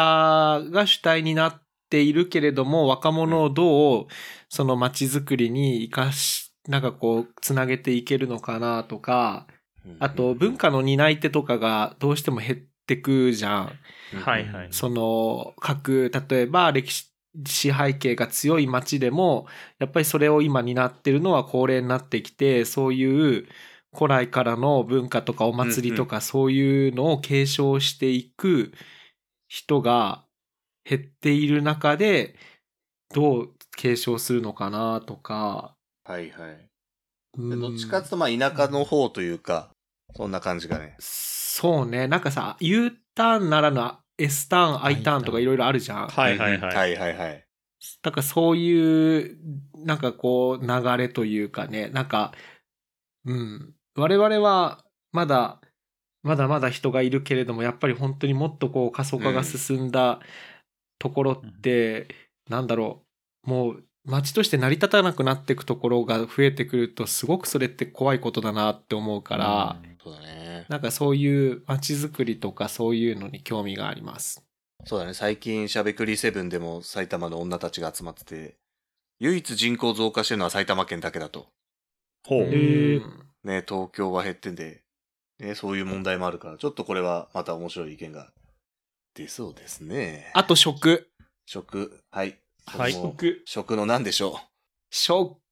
Speaker 4: が主体になっているけれども、若者をどうその街づくりに生かし、なんかこう、つなげていけるのかなとか、あと文化の担い手とかがどうしても減ってくじゃん。
Speaker 1: うん、
Speaker 2: はいはい
Speaker 4: その各例えば歴史背景が強い町でもやっぱりそれを今担ってるのは高齢になってきてそういう古来からの文化とかお祭りとかそういうのを継承していく人が減っている中でどう継承するのかなとか。
Speaker 1: はいはい。
Speaker 4: う
Speaker 1: で
Speaker 4: ん
Speaker 1: どっちかっていうと、まあ田舎の方というか、そんな感じがね。
Speaker 4: そうねなんかさ U ターンならぬ S ターン I ターンとかいろいろあるじゃん。
Speaker 2: はいはい
Speaker 1: うんうん
Speaker 2: は。
Speaker 1: はいいはいはい。
Speaker 4: だからそういう、なんかこう、流れというかね、なんか、うん。我々は、まだ、まだまだ人がいるけれども、やっぱり本当にもっとこう、過疎化が進んだところって、なんだろう、もう、街として成り立たなくなっていくところが増えてくると、すごくそれって怖いことだなって思うから、
Speaker 1: そうだね。
Speaker 4: なんかそういう街づくりとかそういうのに興味があります。
Speaker 1: そうだね。最近、しゃべくりセブンでも埼玉の女たちが集まってて、唯一人口増加してるのは埼玉県だけだと。
Speaker 2: ほ
Speaker 5: へ
Speaker 2: う。
Speaker 5: ー
Speaker 4: うん
Speaker 1: ね、東京は減ってんで、ね、そういう問題もあるから、ちょっとこれはまた面白い意見が出そうですね。
Speaker 4: あと食。
Speaker 1: 食、はい。
Speaker 2: はい
Speaker 1: その。食の何でしょ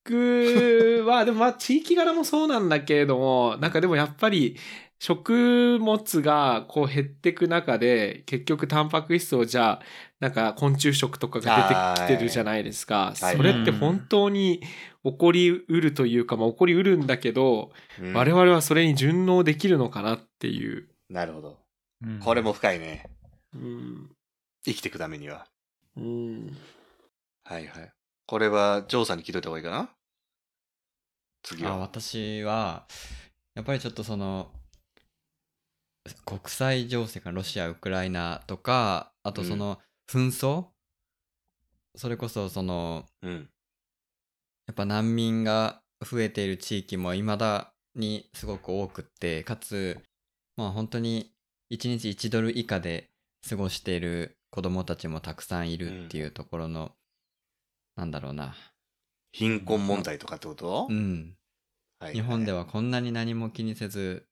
Speaker 4: 食は、でもまあ地域柄もそうなんだけれども、 なんかでもやっぱり食物がこう減ってく中で、結局タンパク質をじゃあ、なんか昆虫食とかが出てきてるじゃないです
Speaker 1: は
Speaker 4: か。
Speaker 1: い
Speaker 4: それって本当に起こりうるというか、まあ起こりうるんだけど、
Speaker 1: う、うん
Speaker 4: 我々はそれに順応できるのかなっていう。
Speaker 1: なるほど。これも深いね。
Speaker 4: うん。
Speaker 1: 生きていくためには。
Speaker 4: うん。
Speaker 1: はいはい。これは、ジョーさんに聞いといた方がいいかな次
Speaker 3: あ
Speaker 1: は。
Speaker 3: 私はやっぱりちょっとその国際情勢かロシアウクライナとかあとその紛争、それこそその
Speaker 1: うん。
Speaker 3: やっぱ難民が増えている地域も未だにすごく多くってかつまあ本当に1日1ドル以下で過ごしている子供たちもたくさんいるっていうところの、なんだろうな
Speaker 1: 貧困問題とかってこと
Speaker 3: うん
Speaker 1: はい
Speaker 3: 日本ではこんなに何も気にせず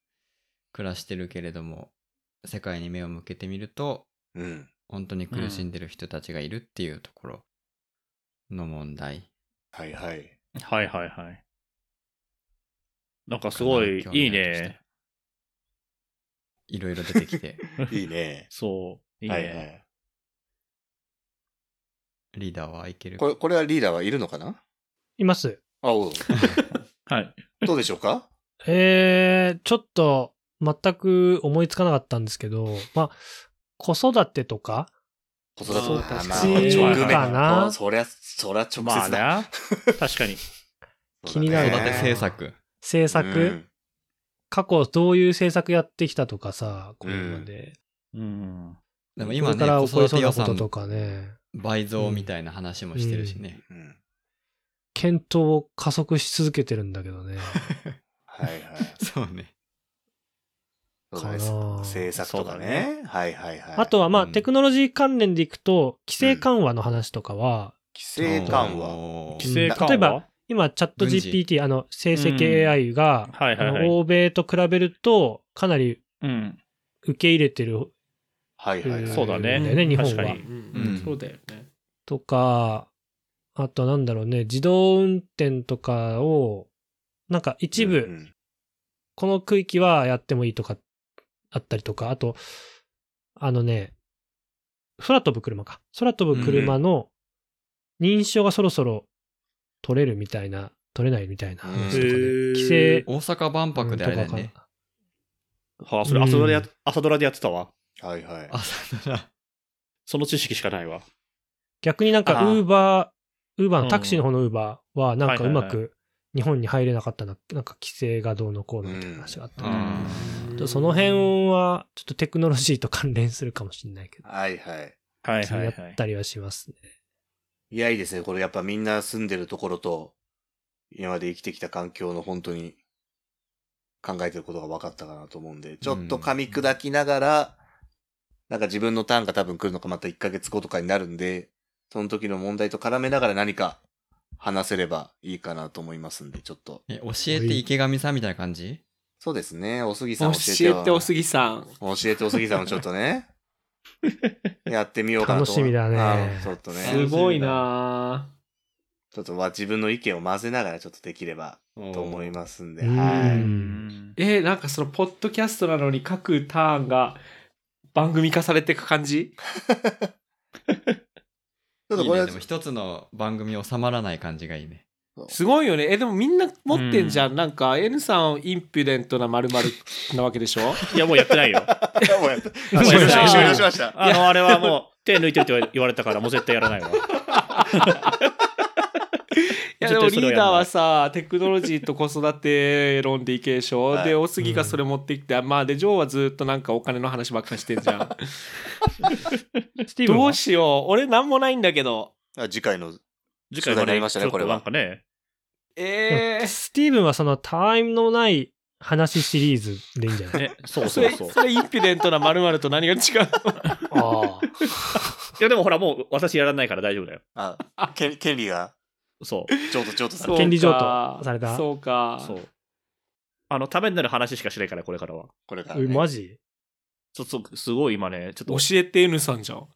Speaker 3: 暮らしてるけれども世界に目を向けてみると
Speaker 1: うん。
Speaker 3: 本当に苦しんでる人たちがいるっていうところの問題、
Speaker 1: はいはい。
Speaker 2: はいはいはい。なんかすごい
Speaker 3: かな
Speaker 2: いい
Speaker 3: 興
Speaker 2: ね。。
Speaker 3: 味あるとしていろいろ出てきて
Speaker 1: いいね。
Speaker 2: そう。いいね。
Speaker 1: はいはい。
Speaker 3: リーダーはいける
Speaker 1: これ、これはリーダーはいるのかない
Speaker 5: ます。
Speaker 1: あ、おう
Speaker 2: はい。
Speaker 1: どうでしょうか
Speaker 5: えー、ちょっと全く思いつかなかったんですけど、まあ、子育てとか、
Speaker 1: 子育て
Speaker 2: そう
Speaker 1: あ
Speaker 2: 確
Speaker 1: まあ
Speaker 2: かに
Speaker 1: 直面
Speaker 2: か
Speaker 5: な
Speaker 1: あそりゃ、そりゃ直接だ。
Speaker 2: まあ ね。確かに。
Speaker 1: そうだね
Speaker 5: 気になる
Speaker 3: 子育て政策
Speaker 5: 政策、
Speaker 1: うん
Speaker 5: 過去どういう政策やってきたとかさ、これまで。
Speaker 2: うん。
Speaker 3: でも今
Speaker 5: これ
Speaker 3: ね
Speaker 5: から
Speaker 3: 子
Speaker 5: 起こり
Speaker 3: 育
Speaker 5: そ
Speaker 3: て
Speaker 5: うな
Speaker 3: 予
Speaker 5: ことと
Speaker 3: 算
Speaker 5: かね、
Speaker 3: 倍増みたいな話もしてるしね、
Speaker 1: うん
Speaker 5: 検討を加速し続けてるんだけどね。
Speaker 1: はいはい。
Speaker 3: そうね
Speaker 1: そうだね
Speaker 5: かな
Speaker 1: 政策とかね。はいはいはい。
Speaker 5: あとはまあ、
Speaker 3: うん
Speaker 5: テクノロジー関連でいくと、規制緩和の話とかは、
Speaker 1: 規制緩和。
Speaker 3: 和
Speaker 2: 規制緩和
Speaker 5: 例えば、今、チャット
Speaker 3: 軍事
Speaker 5: GPT、あの、生成
Speaker 2: う
Speaker 5: 系
Speaker 2: ん
Speaker 5: AI が、
Speaker 2: はいはいはい
Speaker 5: あの欧米と比べると、かなり
Speaker 2: うん。
Speaker 5: 受け入れてる
Speaker 1: はいはいはい。
Speaker 2: そうだね。
Speaker 4: うんだよね
Speaker 5: 日本は
Speaker 2: 確か
Speaker 4: う
Speaker 2: に。
Speaker 4: ん
Speaker 3: うん
Speaker 4: うんそうだよね。
Speaker 5: とか、あとなんだろうね、自動運転とかを、なんか一
Speaker 1: う
Speaker 5: 部、
Speaker 1: ん
Speaker 5: この区域はやってもいいとか、あったりとか、あと、あのね、空飛ぶ車か。空飛ぶ車の認証がそろそろ取れるみたいな、取れないみたいな話とかね。
Speaker 2: へー
Speaker 5: 規制、
Speaker 3: 大阪万博であれだよ
Speaker 5: うん
Speaker 3: ね
Speaker 5: とかか
Speaker 2: はあ、それ朝ドラでや
Speaker 5: うん
Speaker 2: 朝ドラでやってたわ。
Speaker 1: はいはい。
Speaker 3: 朝ドラ
Speaker 2: その知識しかないわ。
Speaker 5: 逆になんか
Speaker 2: あー
Speaker 5: ウーバー、ウーバー
Speaker 2: うん
Speaker 5: のタクシーの方のウーバーはなんか
Speaker 2: は
Speaker 5: う
Speaker 2: いはい
Speaker 5: ま
Speaker 2: はい
Speaker 5: く日本に入れなかったな、なんか規制がどうのこうのみたいな話があった
Speaker 3: う
Speaker 5: ね
Speaker 3: ん
Speaker 5: ちょっとその辺はちょっとテクノロジーと関連するかもしれないけど、
Speaker 1: はいはい。
Speaker 2: はい
Speaker 5: 気になったりはしますね。
Speaker 1: いや、いいですね。これやっぱみんな住んでるところと、今まで生きてきた環境の本当に考えてることが分かったかなと思うんで、ちょっと噛み砕きながら、なんか自分のターンが多分来るのかまた1ヶ月後とかになるんで、その時の問題と絡めながら何か話せればいいかなと思いますんで、ちょっと。
Speaker 3: え教えて池上さんみたいな感じ
Speaker 1: そうですね。おすぎさ
Speaker 4: 教
Speaker 1: ん教えて
Speaker 4: えておす
Speaker 1: ぎ。
Speaker 4: ぎさん。
Speaker 1: 教えておすぎさんもちょっとね、やってみようかなと思う。
Speaker 5: 楽しみだね
Speaker 1: あちょっとね。
Speaker 4: すごいな
Speaker 1: ちょっとは自分の意見を混ぜながらちょっとできればと思いますんで。
Speaker 5: うん
Speaker 1: は
Speaker 2: うん
Speaker 4: えーなんかそのポッドキャストなのに各ターンが番組化されていく感じ
Speaker 1: い。ちょっ
Speaker 3: い
Speaker 1: と
Speaker 3: い
Speaker 1: これ
Speaker 3: ね
Speaker 1: は
Speaker 3: でも一つの番組に収まらない感じがいいね
Speaker 4: すごいよね。え、でもみんな持ってんじゃん。なんか N さんインピュデントな〇〇なわけでしょ
Speaker 2: いや、もうやってないよ。
Speaker 1: もうやった。
Speaker 5: あ
Speaker 1: 終了しました。終了
Speaker 5: そうです
Speaker 1: し
Speaker 5: ね
Speaker 1: ました。
Speaker 2: あの、あれはもう手抜いてるって言われたから、もう絶対や らないわ。
Speaker 4: いやでも
Speaker 2: 絶対
Speaker 4: リ
Speaker 2: それはやんない
Speaker 4: ーダーはさ、テクノロジーと子育て論でいけでしょ。
Speaker 1: はい
Speaker 4: で、大杉がそれ持ってきて、まあで、ジョーはずっとなんかお金の話ばっかしてんじゃん。
Speaker 5: スティーブン
Speaker 4: ど
Speaker 5: は
Speaker 4: うしよう。俺なんもないんだけど。
Speaker 1: あ次回の、
Speaker 2: 次回は
Speaker 1: そうなりま
Speaker 2: ね、
Speaker 1: し
Speaker 2: ち
Speaker 1: た
Speaker 2: ょ
Speaker 1: ね
Speaker 2: っ
Speaker 1: これ
Speaker 2: と
Speaker 1: は
Speaker 2: なんかね、
Speaker 4: えー、
Speaker 5: スティーブン はそのタイムのない話シリーズでいいんじゃない
Speaker 2: ね、 そう
Speaker 4: そ
Speaker 2: そう
Speaker 4: れ
Speaker 2: そう。い
Speaker 4: それインピュデントな〇〇と何が違うの
Speaker 5: ああ。
Speaker 2: や、でもほら、もう私やらないから大丈夫だよ。
Speaker 1: あ、 権権利が、
Speaker 2: そう。
Speaker 1: 譲渡、譲渡さ
Speaker 4: そう
Speaker 1: れて。
Speaker 4: か
Speaker 5: 権利譲渡された
Speaker 4: そうか
Speaker 2: そう。あの、ためになる話しかしないから、これからは。
Speaker 1: これから、
Speaker 5: え
Speaker 1: ね。
Speaker 5: マジ
Speaker 2: ちょっと、すごい今ね、ちょっと
Speaker 4: 教、えて N さんじゃん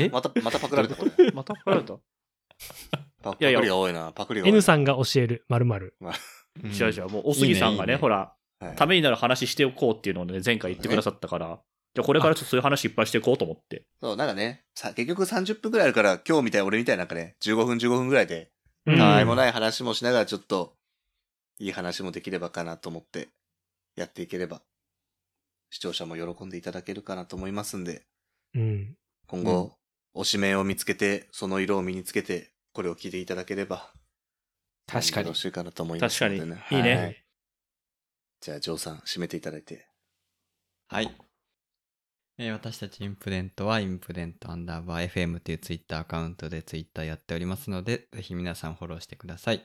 Speaker 4: え
Speaker 1: また、またパクられた、これ。
Speaker 2: また怒られた
Speaker 1: パパク
Speaker 2: いやいや
Speaker 1: リが多いな。パクリが多いな。
Speaker 5: ?N さんが教える〇〇。
Speaker 2: 違う違う、もう、おすぎさんが
Speaker 3: いいね
Speaker 2: ね、
Speaker 3: いいね
Speaker 2: ほら、
Speaker 1: はい
Speaker 2: ためになる話しておこうっていうのをね、前回言ってくださったから、じゃあこれからちょっとそういう話いっぱいしていこうと思って。
Speaker 1: そう、なんかね、さ、結局30分くらいあるから、今日みたい、俺みたいなんかね、15分、15分くらいで、
Speaker 5: うん
Speaker 1: たわいもない話もしながら、ちょっと、いい話もできればかなと思って、やっていければ、視聴者も喜んでいただけるかなと思いますんで、
Speaker 5: うん。
Speaker 1: 今後、推し名を見つけて、その色を身につけて、これを聞いていただければ、
Speaker 4: 確か
Speaker 1: よ
Speaker 4: に
Speaker 1: ろ。しいかなと思いますので、ね。
Speaker 2: 確かにいいね
Speaker 1: はじゃあ、ジョーさん、締めていただいて。
Speaker 3: はい。えー私たちインプデントは、インプデントアンダーバー FM というツイッターアカウントでツイッターやっておりますので、ぜひ皆さんフォローしてください。あ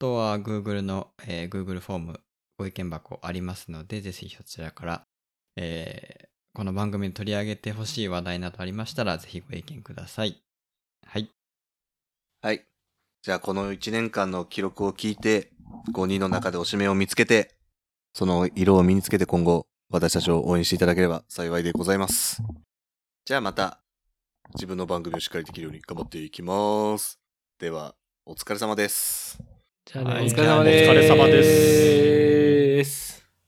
Speaker 3: とは、Google の、えー Google フォーム、ご意見箱ありますので、ぜひそちらから、えーこの番組で取り上げてほしい話題などありましたら、ぜひご意見ください。はい。
Speaker 1: はい。じゃあ、この1年間の記録を聞いて、5人の中でおしめを見つけて、その色を身につけて今後、私たちを応援していただければ幸いでございます。じゃあまた、自分の番組をしっかりできるように頑張っていきます。では、お疲れ様です。
Speaker 5: じゃあね、
Speaker 3: はい
Speaker 4: お疲れ様です。。
Speaker 2: お疲れ様です